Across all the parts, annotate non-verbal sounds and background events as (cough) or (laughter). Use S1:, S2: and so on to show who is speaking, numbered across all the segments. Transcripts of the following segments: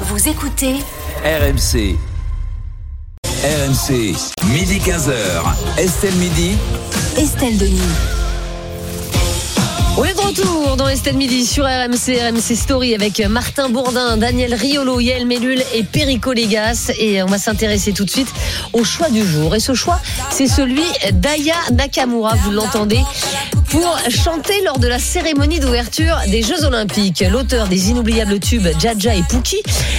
S1: Vous écoutez
S2: RMC. RMC, midi 15h. Estelle Midi.
S1: Estelle Denis.
S3: On est de retour dans Estelle Midi sur RMC, RMC Story avec Martin Bourdin, Daniel Riolo, Yael Mellul et Perico Légas. Et on va s'intéresser tout de suite au choix du jour. Et ce choix, c'est celui d'Aya Nakamura, vous l'entendez, pour chanter lors de la cérémonie d'ouverture des Jeux Olympiques. L'auteur des inoubliables tubes Jaja et Pookie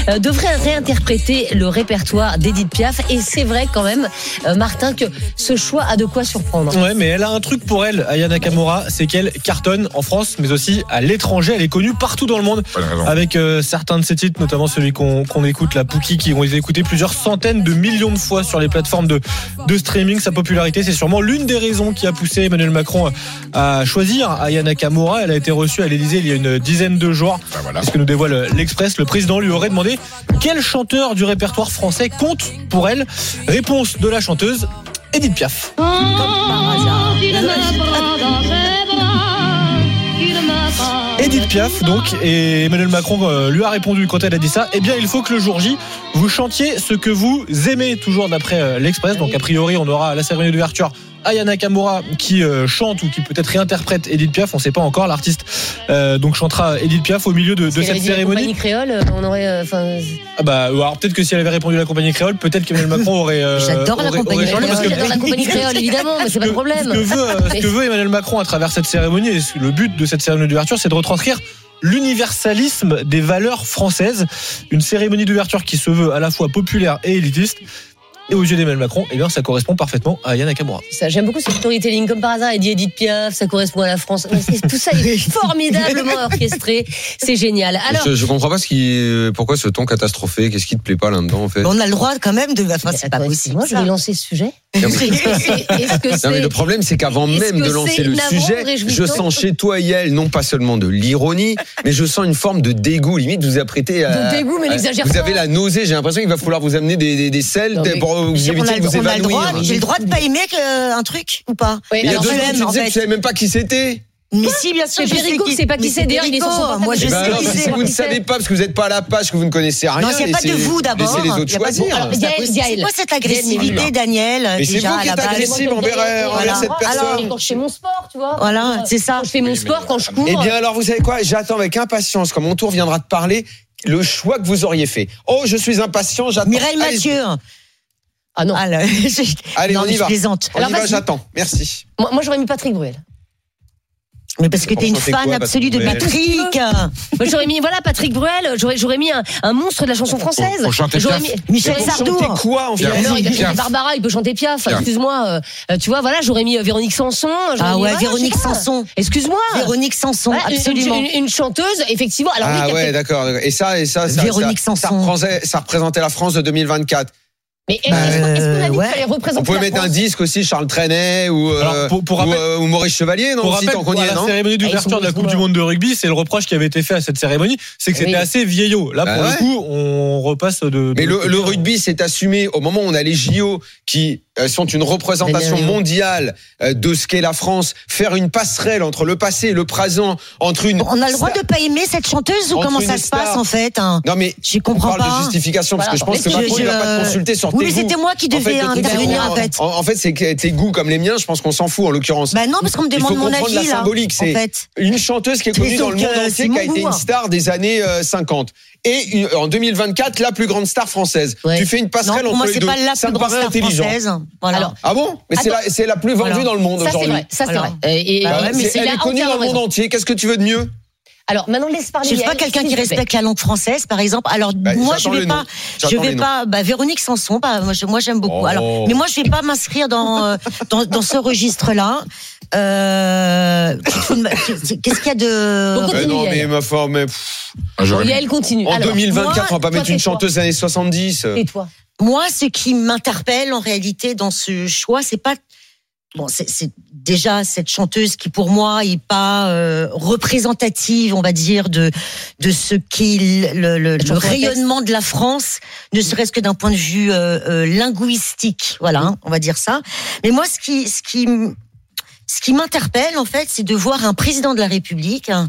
S3: euh, devrait réinterpréter le répertoire d'Edith Piaf. Et c'est vrai quand même, euh, Martin, que ce choix a de quoi surprendre.
S4: Ouais, mais elle a un truc pour elle, Aya Nakamura, c'est qu'elle cartonne en France, mais aussi à l'étranger. Elle est connue partout dans le monde,
S5: Pas de raison.
S4: avec euh, certains de ses titres, notamment celui qu'on qu'on écoute, la Pookie, qui ont été écoutés plusieurs centaines de millions de fois sur les plateformes de, de streaming. Sa popularité, c'est sûrement l'une des raisons qui a poussé Emmanuel Macron à choisir Aya Nakamura. Elle a été reçue à l'Elysée il y a une dizaine de jours.
S5: Ben voilà.
S4: C'est ce que nous dévoile l'Express. Le président lui aurait demandé quel chanteur du répertoire français compte pour elle. Réponse de la chanteuse Edith Piaf. Edith Piaf donc et Emmanuel Macron euh, lui a répondu quand elle a dit ça eh bien il faut que le jour J vous chantiez ce que vous aimez toujours d'après euh, l'Express donc a priori on aura à la cérémonie d'ouverture Ayana Kamura qui euh, chante ou qui peut-être réinterprète Edith Piaf on sait pas encore l'artiste euh, donc chantera Edith Piaf au milieu de, de
S3: Parce qu'elle avait
S4: cette
S3: dit la
S4: cérémonie
S3: compagnie créole, euh, on aurait. euh, enfin,
S4: Ah bah alors peut-être que si elle avait répondu la compagnie créole
S3: (laughs)
S4: peut-être qu'Emmanuel Macron aurait euh,
S3: J'adore la
S4: aurait-
S3: compagnie créole.
S4: aurait changé, parce que-
S3: J'adore la
S4: (laughs)
S3: compagnie créole, évidemment, mais c'est pas le problème.
S4: ce que veut, euh, ce que veut Emmanuel Macron à travers cette cérémonie, et le but de cette cérémonie d'ouverture, c'est de retranscrire l'universalisme des valeurs françaises. Une cérémonie d'ouverture qui se veut à la fois populaire et élitiste. Et aux yeux d'Emmanuel Macron, eh bien, ça correspond parfaitement à Yann Nakamura.
S3: Ça, j'aime beaucoup ce storytelling. Comme par hasard, elle dit Edith Piaf, ça correspond à la France. Mais c'est- Tout ça est formidablement orchestré. C'est génial. Alors,
S6: je, je comprends pas ce qui, pourquoi ce ton catastrophé. Qu'est-ce qui te plaît pas là-dedans en fait
S7: Mais on a le droit quand même de. Enfin, Oh, c'est pas
S3: Attends,
S7: possible.
S3: Moi, je
S7: ça.
S3: vais lancer ce sujet.
S6: Non, mais-
S3: Est-ce que c'est- est-ce que
S6: Non mais
S3: c'est.
S6: le problème c'est qu'avant
S3: Est-ce
S6: même
S3: que
S6: de lancer
S3: c'est
S6: le
S3: navrant,
S6: sujet, je
S3: réjouissant
S6: sens chez toi Yael non pas seulement de
S3: (laughs)
S6: l'ironie, mais je sens une forme de dégoût. Limite vous apprêtez à
S3: De dégoût, mais
S6: à-
S3: n'exagère
S6: Vous
S3: pas.
S6: avez la nausée. J'ai l'impression qu'il va falloir vous amener des, des, des selles
S3: Non, mais-
S6: pour vous
S7: on a,
S6: éviter de vous
S7: on a le
S6: évanouir.
S7: droit, j'ai le droit de pas aimer euh, un truc ou pas
S3: hein.
S6: Mais
S3: Oui,
S6: il y a
S3: alors,
S6: deux
S7: je
S6: minutes,
S7: l'aime,
S6: tu
S7: en
S6: disais que
S7: fait.
S6: tu savais même pas qui c'était.
S7: Mais si, bien sûr,
S3: C'est
S7: je sais
S3: Perico,
S7: qui
S3: c'est pas qui
S7: mais
S3: c'est, d'ailleurs, il est sur son
S7: Perico.
S3: portable.
S7: Moi, je
S6: Eh ben
S7: sais
S6: alors,
S7: qui
S6: si
S7: c'est.
S6: vous ne savez pas parce que vous n'êtes pas à la page, que vous ne connaissez rien.
S7: Non, c'est pas de
S6: laissez-
S7: vous, d'abord.
S6: Laissez les autres
S7: Il y a pas de vous.
S6: choisir.
S3: Alors, Yael,
S7: C'est
S3: Yael.
S7: quoi cette
S3: Yael,
S7: agressivité, Daniel
S6: Mais c'est
S7: déjà,
S6: vous
S7: à
S6: qui
S7: la
S6: êtes
S7: base
S6: agressive envers, euh,
S7: envers cette
S3: Alors,
S6: personne.
S3: quand je fais mon sport, tu vois.
S7: Voilà, c'est ça.
S3: Quand je fais mon sport, quand je cours.
S6: Eh bien alors, vous savez quoi J'attends avec impatience, quand mon tour viendra de parler, le choix que vous auriez fait. Oh, je suis impatient, j'attends.
S7: Mireille
S6: Allez,
S7: Mathieu.
S3: Ah non.
S7: Ah, là, (laughs) je-
S6: Allez,
S7: non,
S6: on
S7: mais
S6: y
S7: je
S6: va.
S7: plaisante.
S6: On
S3: Alors,
S6: y va,
S3: vas-y.
S6: j'attends. Merci.
S3: Moi, moi, j'aurais mis Patrick Bruel.
S7: Mais parce que t'es une
S6: Chanter
S7: fan
S6: quoi,
S7: absolue de
S6: Patrick
S7: Patrick.
S3: Moi, j'aurais mis, voilà, Patrick Bruel. J'aurais, j'aurais mis un, un monstre de la chanson française.
S5: On- on chantait
S3: J'aurais
S5: Piaf.
S3: mis-
S7: Michel
S6: Vous
S7: Sardou.
S6: chantez quoi en fait
S3: Et alors, il a chanté
S5: Piaf.
S3: Barbara, il peut chanter Piaf.
S5: Piaf.
S3: Excuse-moi. euh, euh, tu vois, voilà, j'aurais mis euh, Véronique Sanson. j'aurais
S7: Ah
S3: mis-
S7: ouais,
S3: voilà,
S7: Véronique
S3: je sais pas.
S7: Sanson.
S3: Excuse-moi.
S7: Véronique Sanson,
S3: Voilà, une-
S7: absolument.
S3: Une, une- une chanteuse, effectivement. Alors, oui,
S6: Ah
S3: qui a
S6: ouais,
S3: fait-
S6: d'accord. d'accord. Et ça, et ça, ça,
S7: Véronique
S6: ça, ça
S7: Sanson.
S6: représentait, ça représentait la France de 2024.
S3: mais est-ce qu'on- est-ce qu'on a dit qu'il
S7: ouais.
S3: fallait représenter
S6: On pouvait
S3: la
S6: mettre un
S3: France
S6: disque aussi, Charles Trainet ou, euh,
S4: Alors, pour- pour
S6: ou,
S4: rappel-
S6: euh, ou Maurice Chevalier, non
S4: Pour
S6: aussi,
S4: rappel,
S6: tant qu'on y
S4: à
S6: est,
S4: la
S5: hein
S6: non
S4: cérémonie d'ouverture de la Coupe du Monde de rugby, c'est le reproche qui avait été fait à cette cérémonie, c'est que c'était
S3: Oui.
S4: assez vieillot. Là,
S6: Bah
S4: pour
S6: ouais.
S4: le coup, on repasse de. de- hein.
S6: Mais
S7: euh,
S6: le, le rugby s'est assumé au moment où on a les JO qui euh, sont une représentation
S3: Daniel Riolo.
S6: mondiale euh, de ce qu'est la France, faire une passerelle entre le passé et le présent, entre une.
S7: On a le droit de pas aimer cette chanteuse ou
S6: Entre
S7: comment ça
S6: une
S7: se
S6: star.
S7: passe en fait hein
S6: Non mais
S7: Je
S6: on
S7: comprends
S6: parle de
S7: pas. hein.
S6: justification parce que je
S3: Voilà.
S6: pense que
S3: Mais
S6: Macron
S7: je-
S6: il va pas te consulter sur
S7: Oui,
S6: tes
S7: mais
S6: goûts.
S7: c'était moi qui
S6: En fait,
S7: devais
S6: le
S7: hein,
S6: truc, c'est
S7: intervenir en
S6: qu'on-
S7: fait.
S6: En, en fait, c'est que tes goûts comme les miens, je pense qu'on s'en fout en l'occurrence.
S7: Bah non, parce qu'on me
S6: Il faut
S7: demande mon
S6: comprendre la
S7: avis là.
S6: symbolique,
S7: en
S6: c'est-
S7: fait.
S6: Une chanteuse qui est connue
S7: Mais
S6: dans
S7: donc,
S6: le monde
S7: euh,
S6: entier,
S7: c'est
S6: qui
S7: mon
S6: a été
S7: goût,
S6: une
S7: hein.
S6: star des années euh, 50. Et une- en 2024, la plus grande star française.
S3: Ouais.
S6: Tu fais une
S7: Non,
S6: passerelle
S7: pour moi
S6: entre les
S7: c'est
S6: deux.
S7: pas la
S6: Ça
S7: plus
S6: me
S7: grande
S6: paraît
S7: star
S6: intelligent.
S7: française. Voilà.
S3: Alors,
S6: Ah bon Mais c'est
S3: Attends.
S6: la, c'est la plus vendue
S7: Voilà.
S6: dans le monde
S3: Ça, c'est
S6: aujourd'hui.
S3: vrai. Ça, c'est
S7: Alors.
S3: vrai. Et, et-
S6: Bah
S3: et-
S6: ouais, mais
S3: c'est- il
S6: elle
S3: a
S6: est connue
S3: entièrement
S6: dans le monde
S3: raison.
S6: entier. Qu'est-ce que tu veux de mieux
S3: Alors maintenant, laisse parler.
S7: Je ne suis pas
S3: Yael,
S7: quelqu'un
S3: s'il
S7: qui
S3: te plaît.
S7: respecte la langue française, par exemple. Alors
S6: Bah,
S7: moi, je
S6: j'attends
S7: vais
S6: les
S7: pas,
S6: noms.
S7: je
S6: J'attends les
S7: vais
S6: noms.
S7: pas. Bah, Véronique Sanson, bah, moi, je- moi j'aime beaucoup.
S6: Oh.
S7: Alors, mais moi, je vais pas m'inscrire dans, euh, dans dans ce registre-là. Euh, tu te fous de ma- tu- Qu'est-ce qu'il y a de
S3: Beaucoup
S6: Mais
S3: Continue,
S6: Eh non, mais
S3: Yael.
S6: ma forme. mais pff,
S3: Bon, Yael continue.
S6: En
S3: Alors,
S6: 2024, on
S3: moi,
S6: va pas
S3: toi,
S6: mettre une
S3: tais-toi.
S6: chanteuse années 70. euh.
S3: Tais-toi.
S7: Moi, ce qui m'interpelle en réalité dans ce choix, c'est pas bon, c'est c'est déjà cette chanteuse qui pour moi est pas euh, représentative, on va dire, de de ce qu'est le, le- le
S3: chanson à texte.
S7: rayonnement de la France, ne serait-ce que d'un point de vue euh, euh, linguistique, voilà, hein, on va dire ça. Mais moi, ce qui ce qui m- ce qui m'interpelle en fait, c'est de voir un président de la République. hein,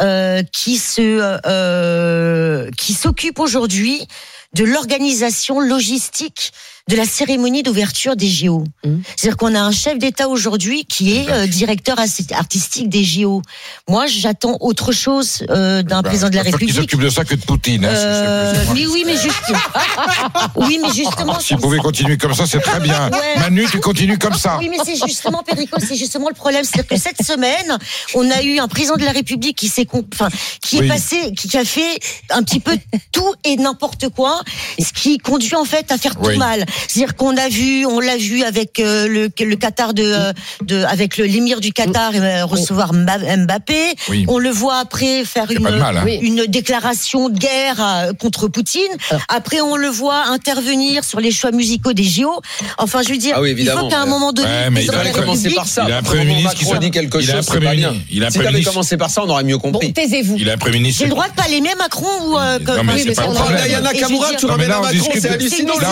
S7: euh, qui se euh, euh, qui s'occupe aujourd'hui de l'organisation logistique de la cérémonie d'ouverture des JO.
S5: Mmh.
S3: Mhm.
S7: C'est-à-dire qu'on a un chef d'État aujourd'hui qui est euh, directeur assi- artistique des JO. Moi, j'attends autre chose euh,
S5: Eh
S7: d'un
S5: ben,
S7: président de la
S5: Bah, Qui
S7: République.
S5: s'occupe de ça que de Poutine. hein, c'est-
S7: Euh,
S5: c'est plus-
S7: mais oui, mais juste. (laughs) oui, mais justement.
S5: Si vous pouvez continuer comme ça, c'est très bien.
S7: Ouais.
S5: Manu, tu continues comme ça.
S7: Oui, mais c'est justement, Perico, c'est justement le problème. C'est-à-dire que cette semaine, on a eu un président de la République qui s'est, con- enfin, qui
S5: Oui.
S7: est passé, qui qui a fait un petit peu tout et n'importe quoi, ce qui conduit en fait à faire tout
S5: Oui.
S7: mal. C'est-à-dire qu'on a vu, on l'a vu avec euh, le, le Qatar de, euh, de, avec le l'émir du Qatar euh, recevoir Mba- Mbappé.
S5: Oui.
S7: On le voit après faire
S5: Il
S7: une,
S5: n'y a pas de mal. hein.
S3: Oui.
S7: une déclaration de guerre euh, contre Poutine.
S3: Alors.
S7: Après, on le voit intervenir sur les choix musicaux des JO. Enfin, je veux dire,
S6: Ah oui,
S7: il faut
S6: évidemment.
S7: qu'à un moment donné,
S5: Ouais,
S7: le
S5: mais
S7: président
S5: il
S7: de
S5: a
S7: la
S5: commencé
S7: République-
S6: par ça.
S5: Il a un Premier ministre qui
S6: Macron a dit quelque
S5: il a un
S6: chose. c'est
S5: Premier
S6: pas bien.
S5: ministre- il a un
S6: Si
S5: Premier
S6: t'avais
S5: ministre-
S6: commencé par ça, on aurait mieux
S3: Bon,
S6: compris.
S3: taisez-vous.
S5: Il a un Premier ministre.
S7: J'ai le droit de pas l'aimer Macron ou euh, que-
S5: Non, mais
S3: Oui,
S5: c'est
S3: mais
S5: pas
S3: ça,
S5: le
S3: on a-
S6: Oh,
S5: problème.
S6: Diana
S7: Et je veux
S6: Kamura,
S7: dire-
S6: tu
S5: Non, mais
S6: ramènes
S5: là,
S6: à
S5: on
S6: Macron,
S5: discute
S6: c'est
S5: de-
S6: hallucinant.
S5: Là, là,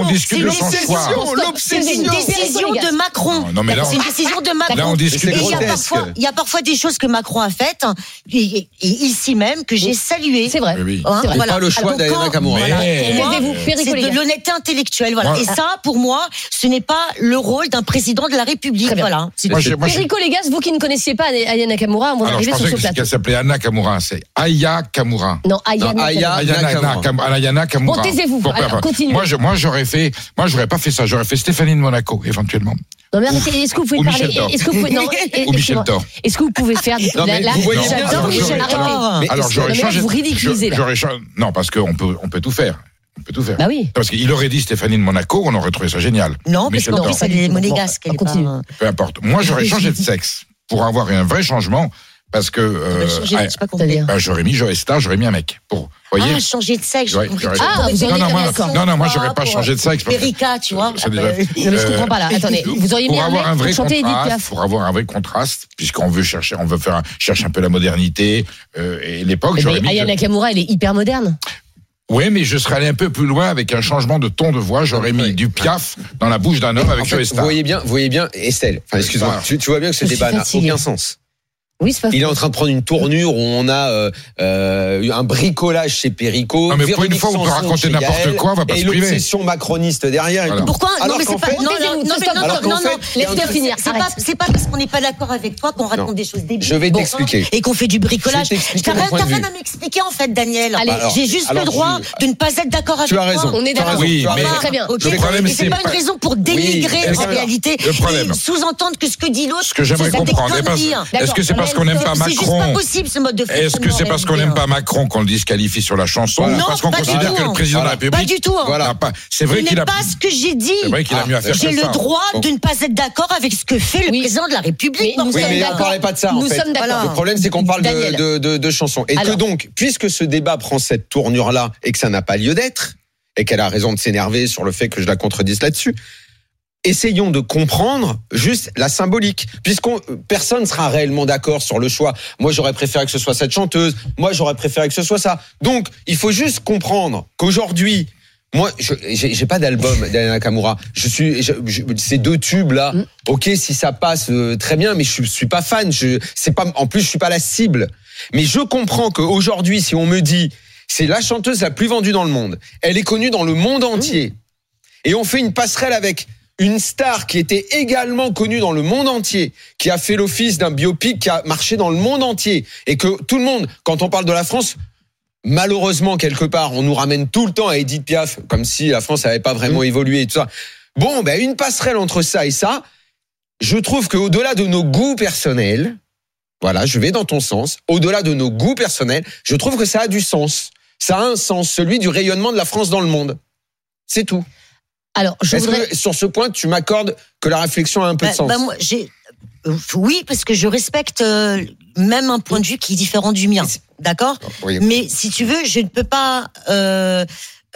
S5: on discute de son choix.
S6: L'obsession,
S3: Stop, c'est
S7: C'est une
S6: l'obsession.
S7: décision
S3: Désolé,
S7: de
S3: gars.
S7: Macron.
S5: Non, mais là, on-
S7: C'est une décision de Macron.
S5: Là, on discute
S7: Et
S6: de
S7: il y, a
S6: grotesque.
S7: parfois, il y a parfois des choses que Macron a faites, et, et- et ici même, que j'ai saluées.
S3: C'est vrai.
S5: Oui, oui.
S7: Hein,
S3: C'est vrai.
S6: C'est pas le choix
S7: Alors,
S6: d'Ayana
S7: quand-
S6: Kamura.
S5: Mais-
S7: Moi,
S3: Taisez-vous, Perico,
S7: C'est
S3: les
S7: de
S3: gars.
S7: l'honnêteté intellectuelle, voilà.
S5: Moi-
S7: Et ça, pour moi, ce n'est pas le rôle d'un président de la République,
S3: Très bien.
S7: voilà. C'est
S5: Moi, j'ai- moi, j'ai-
S3: Perico Légas, vous qui ne connaissiez pas Aya Nakamura, on
S5: Alors,
S3: va
S5: je
S3: arriver sur
S5: pensais
S3: ce
S5: que-
S3: plateau.
S5: qu'elle s'appelait Anna Kamura. C'est Aya Kamura.
S3: Non, Aya
S6: Non,
S3: Nakamura.
S6: Aya-
S5: Ayana
S6: Nakamura.
S5: Nakamura. Ayana Kamura.
S3: Bon, taisez-vous.
S5: Pourquoi
S3: Alors,
S5: pas
S3: continuez.
S5: Moi, je- moi, j'aurais fait, moi, j'aurais pas fait ça. J'aurais fait Stéphanie de Monaco, éventuellement.
S3: Non, mais arrêtez, est-ce que vous pouvez
S5: Ou
S3: parler
S5: Michel Thor.
S3: Est-ce que vous pouvez.
S5: (laughs)
S3: Non,
S5: Ou Michel
S3: excusez-moi.
S5: Thor.
S3: Est-ce que vous pouvez faire du.
S6: Non, mais
S3: là,
S6: vous voyez bien
S3: j'adore
S6: que-
S3: Michel
S6: Alors,
S3: Thor.
S7: alors-
S6: Mais-
S5: Alors,
S3: non,
S5: j'aurais
S3: mais là,
S5: changé.
S3: vous ridiculisez,
S5: je-
S3: là.
S5: J'aurais changé. Non, parce qu'on peut, on peut tout faire. On peut tout faire.
S3: Bah oui.
S5: Parce qu'il aurait dit Stéphanie de Monaco, on aurait trouvé ça génial.
S7: Non, parce
S5: Michel
S7: qu'en
S5: Thor.
S7: plus, elle est monégasque.
S3: Bon,
S7: elle est
S3: continue.
S7: pas-
S5: Peu importe. Moi, j'aurais changé de sexe pour avoir un vrai changement, parce que euh,
S7: Bah, changer,
S5: ah,
S7: j'ai pas compris.
S3: c'est-à-dire
S5: bah, j'aurais mis Joe Star, j'aurais mis un mec. Pour, voyez.
S7: Ah, changer de sexe, j'ai
S5: J'aurais-
S7: compris.
S5: j'aurais-
S3: Ah, vous
S5: non,
S3: auriez
S5: non, moi,
S3: d'accord.
S5: non, non, moi, j'aurais pas
S7: Pour-
S5: changé de sexe. parce que-
S7: Erika, tu vois.
S5: C'est déjà-
S3: Non, mais je
S5: Euh,
S3: comprends pas là. Attendez, vous auriez mis
S5: pour
S3: un
S5: avoir un
S3: mec
S5: vrai
S3: pour chanter Edith
S5: contraste,
S3: Piaf.
S5: pour avoir un vrai contraste, puisqu'on veut chercher, on veut faire, un- cherche un peu la modernité euh, et l'époque. J'aurais mis.
S3: Mais Eh ben, Aya Nakamura, elle est hyper moderne.
S5: Oui, mais je serais allé un peu plus loin avec un changement de ton de voix. J'aurais mis du Piaf dans la bouche d'un homme avec
S6: En fait,
S5: Joe
S6: vous
S5: Star.
S6: voyez bien, vous voyez bien, Estelle. Enfin, excuse-moi.
S5: Ah.
S6: Tu, tu vois bien que ce
S3: Je suis
S6: débat n'a
S3: fatiguée.
S6: aucun sens.
S3: Oui, c'est pas
S6: Il est en train de prendre une tournure où on a euh, euh, un bricolage chez Perico.
S5: Non, mais pour une
S6: Véronique
S5: fois, on peut
S6: Sanson
S5: raconter
S6: chez
S5: n'importe
S6: Gaël,
S5: quoi, on va pas
S6: et
S5: se priver.
S6: l'obsession macroniste derrière. et
S5: Voilà.
S6: tout.
S7: Pourquoi Non,
S6: Alors
S7: mais c'est
S6: qu'en
S7: pas.
S6: fait-
S7: Non, non, non,
S3: Taisez-vous,
S7: mais
S3: stop,
S7: non,
S3: alors
S6: qu'en
S7: non,
S6: fait,
S7: non,
S6: il y a un
S7: laisse-le
S3: truc-
S7: finir. C'est
S3: Arrête.
S7: pas, c'est pas parce qu'on n'est pas d'accord avec toi qu'on raconte
S6: Non.
S7: des choses débiles.
S6: Je vais
S7: Bon.
S6: t'expliquer.
S7: Et qu'on fait du bricolage.
S6: Je vais t'expliquer
S7: T'as
S6: mon
S7: rien
S6: point
S7: t'as
S6: de
S7: rien
S6: vue.
S7: à m'expliquer en fait, Daniel.
S3: Allez.
S6: Alors,
S7: J'ai juste
S6: alors,
S7: le droit
S6: tu-
S7: de ne pas être d'accord avec
S6: Tu as
S7: toi.
S6: raison.
S3: On est
S6: tu as
S3: d'accord.
S6: raison,
S5: Oui,
S6: tu as
S5: mais-
S6: raison.
S3: Très bien.
S7: Ok,
S5: Le problème,
S7: mais
S5: c'est
S7: c'est pas une
S5: pas-
S7: raison pour
S6: Oui,
S7: dénigrer
S5: d'accord.
S7: en réalité
S5: Le problème.
S7: et sous-entendre que ce que dit l'autre,
S5: Ce que j'aimerais
S7: c'est des
S5: comprendre, eh ben,
S7: conneries.
S5: est-ce que c'est parce qu'on n'aime pas
S7: C'est juste pas
S5: Macron
S7: possible ce mode de fonctionnement.
S5: Est-ce que c'est parce qu'on n'aime pas Macron qu'on le disqualifie sur la chanson
S7: Voilà.
S5: ou parce qu'on
S7: Non, pas du
S5: considère
S7: tout.
S5: que le président de la
S7: Pas
S5: République
S7: du tout. hein.
S5: n'a Ah, pas C'est vrai
S7: Ce n'est
S5: qu'il a.
S7: pas ce que j'ai dit.
S5: C'est vrai qu'il a mieux à faire
S7: J'ai
S5: que ça. hein.
S7: le droit
S6: Bon.
S7: de ne pas être d'accord avec ce que fait le
S3: Oui.
S7: président de la République.
S3: Mais nous
S6: Oui,
S7: bordel.
S3: sommes
S6: mais on
S3: d'accord.
S6: parlait pas de ça, en
S3: Nous
S6: fait.
S3: sommes d'accord.
S6: Le problème, c'est qu'on parle de,
S3: Daniel.
S6: de, de, de chansons. Et
S3: Alors.
S6: que donc, puisque ce débat prend cette tournure-là et que ça n'a pas lieu d'être, et qu'elle a raison de s'énerver sur le fait que je la contredise là-dessus, essayons de comprendre juste la symbolique. Puisqu'on personne ne sera réellement d'accord sur le choix. Moi, j'aurais préféré que ce soit cette chanteuse. Moi, j'aurais préféré que ce soit ça. Donc, il faut juste comprendre qu'aujourd'hui, moi, je j'ai j'ai pas d'album d'Ayana Nakamura. Je suis je- je- ces deux tubes là. Ok, si ça passe euh, très bien, mais je, suis- je suis pas fan. Je c'est pas en plus je suis pas la cible. Mais je comprends qu'aujourd'hui, si on me dit c'est la chanteuse la plus vendue dans le monde, elle est connue dans le monde entier, et on fait une passerelle avec une star qui était également connue dans le monde entier, qui a fait l'office d'un biopic qui a marché dans le monde entier, et que tout le monde, quand on parle de la France, malheureusement quelque part, on nous ramène tout le temps à Edith Piaf, comme si la France n'avait pas vraiment
S3: Mmh.
S6: évolué et tout ça. Bon, ben une passerelle entre ça et ça, je trouve qu'au-delà de nos goûts personnels, Voilà, je vais dans ton sens. Au-delà de nos goûts personnels, je trouve que ça a du sens. Ça a un sens, celui du rayonnement de la France dans le monde. C'est tout.
S3: Alors, je
S6: Est-ce
S3: voudrais.
S6: que sur ce point, tu m'accordes que la réflexion a un peu
S7: Bah-
S6: de sens
S7: bah, moi, j'ai- euh, oui, parce que je respecte euh, même un point de vue qui est différent du mien. D'accord
S6: Ah, Oui.
S7: Mais si tu veux, je ne peux pas euh,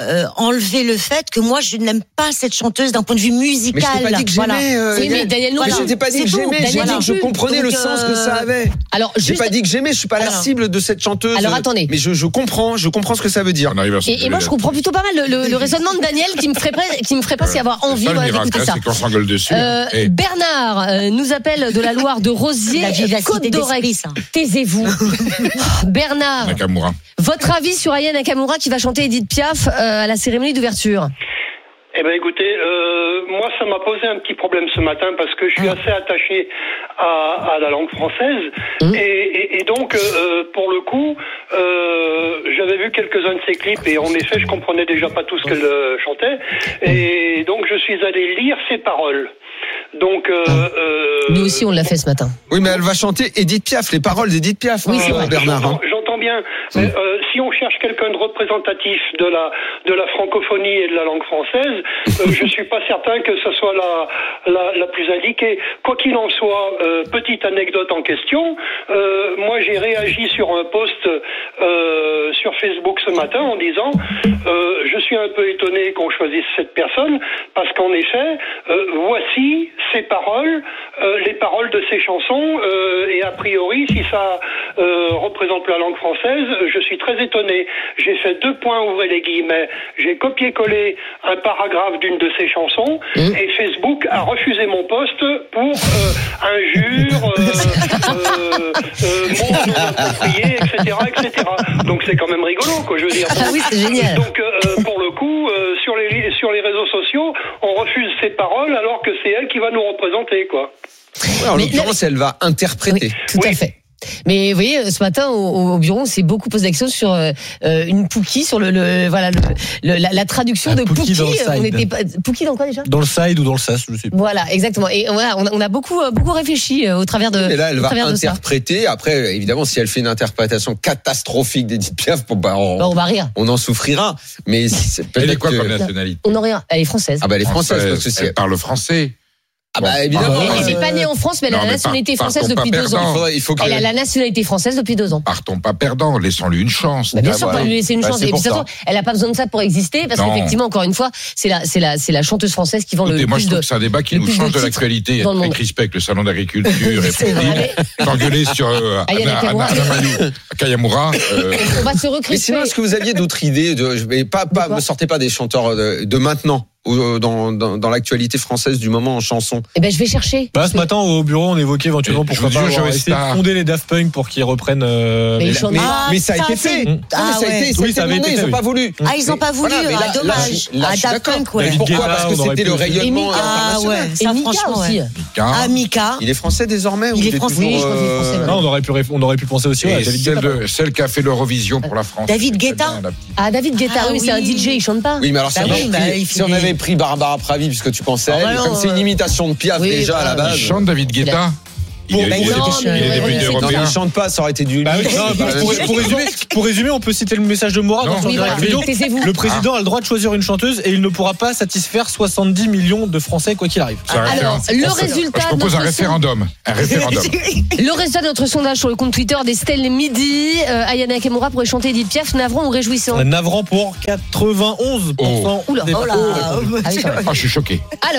S7: euh, enlever le fait que moi, je n'aime pas cette chanteuse d'un point de vue
S6: Mais
S7: musical.
S6: je t'ai pas dit que
S7: Voilà.
S6: j'aimais. euh,
S3: Oui, mais
S6: Yann.
S3: Daniel non
S6: Mais je
S3: plus.
S6: t'ai pas dit
S3: C'est
S6: que
S3: tout.
S6: j'aimais.
S3: Daniel
S6: J'ai dit
S3: non
S6: que je
S3: plus.
S6: comprenais le
S3: Donc,
S6: sens que
S3: euh,
S6: ça avait.
S3: Alors,
S6: J'ai
S3: juste.
S6: pas dit que j'aimais. Je suis pas la
S7: Voilà.
S6: cible de cette chanteuse.
S3: Alors, attendez.
S6: Mais je, je comprends. Je comprends ce que ça veut dire.
S5: On arrive à se
S3: Et, et moi, je comprends plutôt pas mal le, le- le raisonnement de Daniel qui me ferait, pas- qui me ferait passer avoir envie
S5: Euh, C'est ça, le
S3: voilà,
S5: miracle,
S3: d'écouter
S5: hein,
S3: ça.
S5: c'est qu'on s'engueule dessus.
S3: Euh,
S5: Eh,
S3: Bernard euh, nous appelle de la Loire de Rosier,
S7: (laughs) La vivacité
S3: Côte d'Oreille.
S7: d'esprit, ça. (laughs)
S3: Taisez-vous. Oh, Bernard,
S5: Nakamura.
S3: votre avis sur Aya Nakamura qui va chanter Edith Piaf euh, à la cérémonie d'ouverture
S8: Eh ben écoutez, euh, moi ça m'a posé un petit problème ce matin parce que je suis assez attaché à, à la langue française et, et- et donc euh, pour le coup, euh, j'avais vu quelques-uns de ses clips et en effet je comprenais déjà pas tout ce qu'elle euh, chantait et donc je suis allé lire ses paroles. Donc euh, euh,
S3: Nous aussi, on l'a fait ce matin.
S6: Oui, mais elle va chanter Edith Piaf, les paroles d'Edith Piaf,
S3: Oui,
S6: hein,
S3: c'est vrai.
S6: Bernard. hein.
S8: J'entends- J'entends bien. Mais, euh, si on cherche quelqu'un de représentatif de la de la francophonie et de la langue française,
S6: (laughs)
S8: euh, je suis pas certain que ce soit la la, la plus indiquée. Quoi qu'il en soit, euh, petite anecdote en question. euh, moi, j'ai réagi sur un post euh, sur Facebook ce matin en disant euh, je suis un peu étonné qu'on choisisse cette personne parce qu'en effet, euh, voici ses paroles, euh, les paroles de ses chansons euh, et a priori, si ça euh, représente la langue française, euh, je suis très étonné. J'ai fait deux points, ouvrez les guillemets, j'ai copié-collé un paragraphe d'une de ses chansons
S3: Mmh.
S8: et Facebook a refusé mon poste pour euh,
S3: (laughs)
S8: injure, euh, euh, euh, mots non appropriés, etc., etc. Donc c'est quand même rigolo, quoi, je veux dire.
S3: Ah oui, c'est génial.
S8: Donc euh, pour le coup, euh, sur, les, sur les réseaux sociaux, on refuse ses paroles alors que c'est elle qui va nous représenter, quoi.
S6: Ouais, en
S3: Mais
S6: l'occurrence, elle va interpréter.
S3: Oui, tout à
S8: Oui.
S3: fait. Mais vous voyez, euh, ce matin au, au bureau, on s'est beaucoup posé la question sur euh, euh, une Pookie, sur le, le- voilà le- le- la, la traduction
S4: Un
S3: de Pookie.
S4: Pookie dans le
S3: euh, on
S4: side.
S3: était pas, Pookie dans quoi déjà
S4: Dans le side ou dans le sas, je sais pas.
S3: Voilà, exactement. Et voilà, on a, on a beaucoup euh, beaucoup réfléchi euh, au travers de.
S6: Mais là, elle
S3: au
S6: va
S3: travers de ça.
S6: interpréter. Après, évidemment, si elle fait une interprétation catastrophique d'Edith Piaf, bon, bah, on,
S3: Bon, on va rire.
S6: on en souffrira. Mais c'est
S5: Elle est
S6: peut-être
S5: quoi
S6: que-
S5: comme nationalité
S3: On en rire. Elle est française.
S6: Ah bah, elle est française, parce que si-
S5: Elle parle français.
S6: Ah bah,
S5: Bon.
S6: évidemment.
S3: elle
S5: ouais.
S3: n'est pas née en France, mais elle
S5: Non,
S3: a la
S5: mais
S3: nationalité
S5: par-
S3: française
S5: partons
S3: depuis
S5: pas
S3: deux ans.
S5: perdant.
S6: Il faudrait- il faut que-
S3: Elle a la nationalité française depuis deux ans.
S5: Partons pas perdant, laissons-lui une chance.
S3: Bah, bien
S6: Ah,
S3: sûr,
S6: voilà.
S3: pas lui laisser une
S6: Bah,
S3: chance.
S6: c'est
S3: Et puis
S6: pour
S3: surtout, elle n'a pas besoin de ça pour exister, parce
S5: Non.
S3: qu'effectivement, encore une fois, c'est la, c'est la, c'est la chanteuse française qui vend euh, le
S5: Écoutez, moi,
S3: plus
S5: je trouve
S3: de.
S5: que c'est un débat qui
S3: le
S5: nous
S3: plus de
S5: change de
S3: titres
S5: l'actualité.
S3: dans le
S5: Très
S3: monde.
S5: crispé avec le salon
S3: (laughs)
S5: d'agriculture et
S3: C'est vrai.
S5: T'engueuler sur euh,
S3: Ah, il y a
S5: Anna-
S3: Nakamura.
S5: Anna- Anna- Kayamura. euh,
S3: On va se recruter.
S6: Mais sinon, est-ce que vous aviez d'autres idées de, je- mais pas, pas,
S3: quoi
S6: me sortez pas des chanteurs de, de maintenant ou euh, dans, dans, dans l'actualité française du moment en chanson.
S3: Eh ben, je vais chercher.
S4: Bah, ce matin, au bureau, on évoquait éventuellement
S5: Et je
S4: pourquoi
S5: vous
S4: pas
S5: jure,
S4: avoir
S5: Joey
S4: essayé de
S5: Star.
S4: fonder les Daft Punk pour qu'ils reprennent. euh,
S3: Mais
S4: les-
S3: ils chantent.
S6: Mais,
S7: Ah,
S6: mais ça a
S7: ça,
S6: été
S7: c'est-
S6: fait.
S7: Ah
S6: Non, mais ça a
S7: ouais.
S6: été, ça a
S4: Oui,
S6: été
S4: ça avait
S6: demandé,
S4: été
S6: ils
S4: fait,
S6: ont pas voulu.
S7: Ah, ils ont pas voulu.
S6: Voilà, mais là-
S7: ah, dommage.
S6: là, je- là,
S7: ah,
S6: je suis
S7: Daft
S6: d'accord.
S7: Punk, ouais.
S4: David
S6: Pourquoi
S4: Guetta,
S6: Parce
S4: on
S6: que
S4: aurait
S6: c'était le
S4: pu-
S6: rayonnement
S3: Et Mika.
S7: Ah
S6: international.
S7: ouais,
S3: Et
S7: ça
S3: Mika
S7: franchement,
S3: aussi.
S7: ouais.
S5: Mika.
S7: Ah, Mika.
S6: Il est français désormais ou
S7: Il est
S6: toujours,
S7: français,
S3: je crois qu'il est français,
S6: euh,
S3: ouais.
S4: Non, on aurait pu, ré- on aurait pu penser aussi. ouais,
S5: Et
S4: à David
S5: celle,
S4: Guetta.
S5: de, celle qui a fait l'Eurovision pour la France.
S7: David
S5: C'est très
S7: Guetta.
S5: bien, la petite.
S3: Ah, David Guetta,
S7: Ah
S3: oui, c'est un
S7: oui.
S3: DJ, il chante pas.
S6: Oui, mais alors si,
S7: Bah
S6: on
S7: oui,
S6: avait
S7: bah,
S6: pris-
S7: il
S6: si on
S7: finit.
S6: avait pris Barbara Pravi, puisque tu pensais à
S3: Ah,
S6: elle,
S3: bah
S6: et
S3: non,
S6: comme c'est une
S3: euh,
S6: imitation de Piaf
S3: oui,
S6: déjà à la
S3: bah,
S5: Il
S6: base.
S5: chante David Guetta. Il
S3: Bon,
S5: est, il est-
S3: Bah non,
S5: il est
S3: mais
S5: député
S3: ouais, c'est-
S6: Non, mais
S5: européen.
S6: il chante pas, ça aurait été du.
S4: Bah
S5: (laughs)
S4: oui, non,
S6: C'est
S4: pour,
S6: pas la
S4: pour-
S6: même chose.
S4: pour résumer, pour résumer, on peut citer le message de Morat
S5: Non.
S4: dans son
S3: Oui,
S4: dernier
S3: voilà,
S4: vidéo.
S3: taisez-vous.
S4: Le président a le droit de choisir une chanteuse et il ne pourra pas satisfaire 70 millions de Français quoi qu'il arrive.
S5: Ah, C'est un
S3: Alors,
S5: référendum.
S3: le
S5: Moi,
S3: résultat,
S5: Je
S3: de
S5: propose un
S3: notre son-
S5: référendum. Un
S3: (laughs)
S5: référendum.
S3: le résultat de notre sondage sur le compte Twitter des Stèles Midi, euh, Aya Nakamura pourrait chanter Edith Piaf, navrant ou réjouissant.
S4: Navrant pour 91%.
S5: Oh.
S3: Oula,
S4: des
S3: oh là,
S4: participants.
S3: Ah oui, quand même.
S5: Ah, je suis choqué.